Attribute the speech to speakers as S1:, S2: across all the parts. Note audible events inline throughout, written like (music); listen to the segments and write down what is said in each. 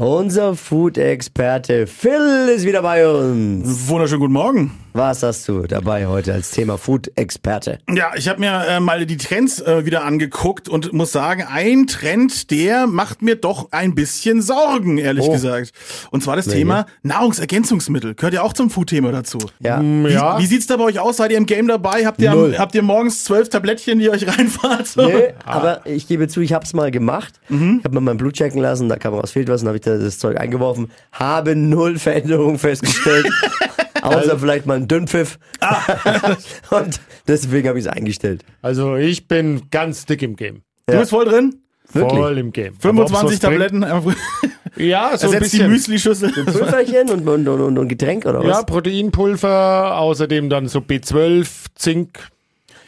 S1: Unser Food-Experte Phil ist wieder bei
S2: Mhm.
S1: uns.
S3: Wunderschönen guten Morgen.
S1: Was hast du dabei heute als Thema Food-Experte?
S2: (laughs)
S3: Ja, ich habe mir äh, mal die Trends äh, wieder angeguckt und muss sagen, ein Trend, der macht mir doch ein bisschen Sorgen, ehrlich
S1: Oh.
S3: gesagt. Und zwar das Thema Nahrungsergänzungsmittel. Gehört ja auch zum Food-Thema dazu. Hm,
S1: Ja.
S3: Wie, wie sieht's da bei euch aus? Seid ihr im Game dabei? Habt ihr, am,
S1: Null.
S3: habt ihr morgens zwölf Tablettchen, die euch (laughs) reinfahrt?
S1: Nee, aber ich gebe zu, ich habe es mal gemacht.
S2: Mhm.
S1: Ich habe mal mein Blut checken lassen, da kam raus, fehlt was, und habe ich da das Zeug eingeworfen. Habe null Veränderung
S2: (laughs)
S1: festgestellt.
S2: Also-
S1: Außer vielleicht mal einen Dünnpfiff.
S2: Ah.
S1: (laughs) und deswegen habe ich es eingestellt.
S2: Also ich bin ganz dick im Game.
S3: Du bist voll drin?
S2: Voll im Game. Aber ob's
S3: 25
S2: was bringt-
S3: Tabletten. (laughs) einfach-
S2: Ja, so ein
S3: Ersetzt die
S2: bisschen.
S3: Müsli-Schüssel.
S1: Pulverchen und, und, und, und, und Getränk oder
S2: ja,
S1: was?
S2: Proteinpulver, außerdem dann so B12, Zink.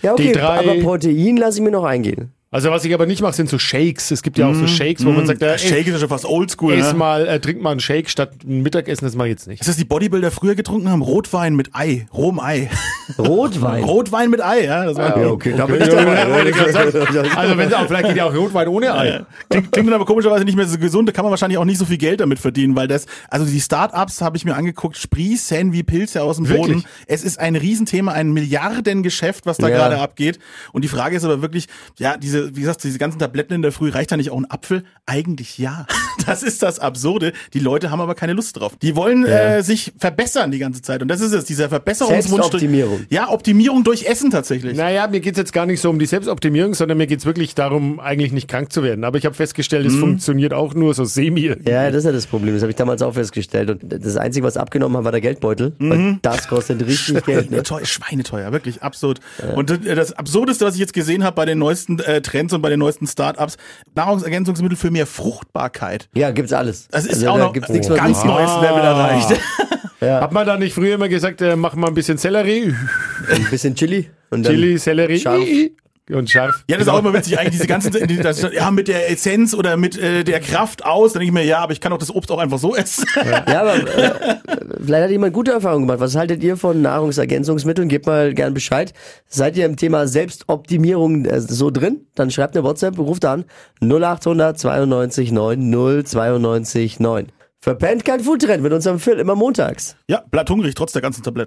S1: Ja, okay,
S2: die drei-
S1: aber Protein lasse ich mir noch eingehen.
S2: Also was ich aber nicht mache, sind so Shakes. Es gibt ja auch so Shakes, wo man sagt, äh,
S3: Shake ist Mhm. ja schon fast oldschool.
S2: ess
S3: ne?
S2: mal, äh, trink mal einen Shake statt ein Mittagessen, das mache ich jetzt nicht.
S3: Ist das die Bodybuilder früher getrunken haben? Rotwein mit Ei. Rom-Ei.
S1: Rotwein.
S3: Rotwein mit Ei, (laughs) ja. Das war
S1: ja, okay, da bin ich
S2: Okay, ja, ja,
S1: dabei.
S2: Also wenn auch, vielleicht geht ja auch Rotwein ohne
S3: (laughs)
S2: Ei.
S3: Klingt, klingt dann aber komischerweise nicht mehr so gesund. Da kann man wahrscheinlich auch nicht so viel Geld damit verdienen, weil das, also die Start-ups habe ich mir angeguckt, sprießen wie Pilze aus dem Boden.
S2: Wirklich?
S3: Es ist ein Riesenthema, ein Milliardengeschäft, was da
S1: Ja.
S3: gerade abgeht. Und die Frage ist aber wirklich, ja, diese, wie gesagt, diese ganzen Tabletten in der Früh, reicht da nicht auch ein Apfel? Eigentlich ja. (laughs) Das ist das Absurde. Die Leute haben aber keine Lust drauf. Die wollen äh, sich verbessern die ganze Zeit. Und das ist es, dieser Verbesserungswunsch. durch-
S1: Selbstoptimierung.
S3: Ja, Optimierung durch Essen tatsächlich.
S2: Naja, mir geht's jetzt gar nicht so um die Selbstoptimierung, sondern mir geht's wirklich darum, eigentlich nicht krank zu werden. Aber ich habe festgestellt,
S3: Mhm.
S2: es funktioniert auch nur so semi.
S1: Ja, das ist ja das Problem. Das habe ich damals auch festgestellt. Und das Einzige, was abgenommen hat, war der Geldbeutel.
S3: Mhm.
S1: Weil das kostet
S3: (laughs)
S1: richtig Geld. Ne? (laughs)
S3: Schweineteuer, teuer, schweineteuer, wirklich absurd. Und äh, das Absurdeste, was ich jetzt gesehen habe bei den neuesten äh, Trends und bei den neuesten Startups, Nahrungsergänzungsmittel für mehr Fruchtbarkeit.
S1: Ja, gibt's alles.
S3: Das ist
S1: Also
S3: auch
S1: da
S3: noch
S1: gibt's
S3: ein
S1: nichts, was
S3: ganz
S1: nicht gibt.
S3: neues Level erreicht.
S2: Hat man da nicht früher immer gesagt, äh, mach mal ein bisschen Sellerie,
S1: Ein bisschen Chili. Und dann
S2: Chili, Sellerie
S1: scharf.
S2: und scharf.
S3: (laughs) Ja, das ist auch immer witzig, eigentlich diese ganzen, die- das, ja, mit der Essenz oder mit äh, der Kraft aus, dann denke ich mir, ja, aber ich kann doch das Obst auch einfach so essen. (laughs)
S1: Ja, aber äh, vielleicht hat jemand gute Erfahrungen gemacht. Was haltet ihr von Nahrungsergänzungsmitteln? Gebt mal gern Bescheid. Seid ihr im Thema Selbstoptimierung äh, so drin? Dann schreibt eine WhatsApp, ruft an 0800 92 9 092 9. Verpennt kein Foodtrend mit unserem Phil, immer montags.
S3: ja, bleibt hungrig, trotz der ganzen Tabletten.